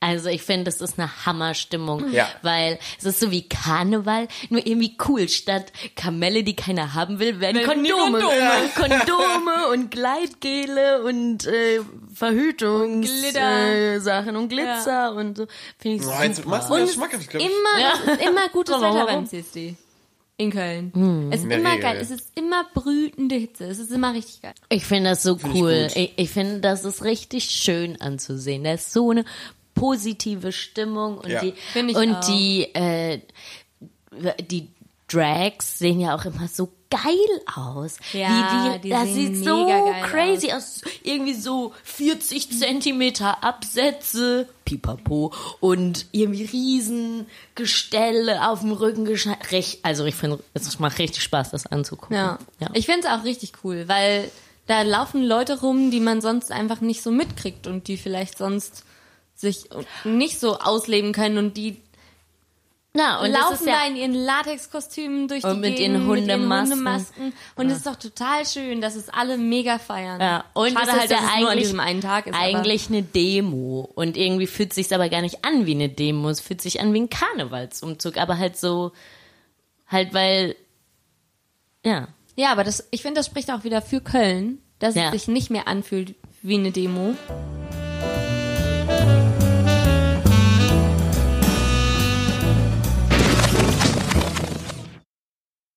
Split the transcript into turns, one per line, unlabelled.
Also ich finde, es ist eine Hammerstimmung,
Ja.
weil es ist so wie Karneval, nur irgendwie cool. Statt Kamelle, die keiner haben will, werden
Werden die
Kondome.
Kondome.
Ja. Kondome und Gleitgele und äh,
Glitter.
Verhütungssachen äh, Sachen und Glitzer und so. Finde ich
Oh, jetzt
super.
machst du das schmackhaft, glaub ich.
Immer,
Ja.
es ist immer gutes
Aber
Wetter Hm.
warum?
beim CSD. In Köln. Es ist
In der
immer
Regel,
geil.
ja.
Es ist immer brütende Hitze. Es ist immer richtig geil.
Ich finde das so
ich
cool.
gut.
Ich, ich, finde, das ist richtig schön anzusehen. Da ist so eine positive Stimmung und
Ja.
die
Finde ich
und
auch.
die äh, die Drags sehen ja auch immer so geil aus.
Ja,
die,
die
das
sehen
sieht so
mega geil
crazy aus. Irgendwie so 40 Zentimeter Absätze, pipapo, und irgendwie Riesengestelle auf dem Rücken geschnallt. Rech- Also ich finde, es macht richtig Spaß, das anzugucken.
Ja. Ich finde es auch richtig cool, weil da laufen Leute rum, die man sonst einfach nicht so mitkriegt und die vielleicht sonst sich nicht so ausleben können und die
Na, und das
laufen
ist ja,
da in ihren Latexkostümen durch
Und
die
mit ihren
Gegend,
Hundemasken.
Hundemasken. Und es ist doch total schön, dass es alle mega feiern.
Ja, und
Schade
es ist
halt,
ja
dass es nur an
eigentlich-
diesem einen Tag ist. aber-
eigentlich eine Demo und irgendwie fühlt sich's aber gar nicht an wie eine Demo, es fühlt sich an wie ein Karnevalsumzug, aber halt so halt weil ja,
Ja, aber das, ich finde, das spricht auch wieder für Köln, dass
Ja.
es sich nicht mehr anfühlt wie eine Demo,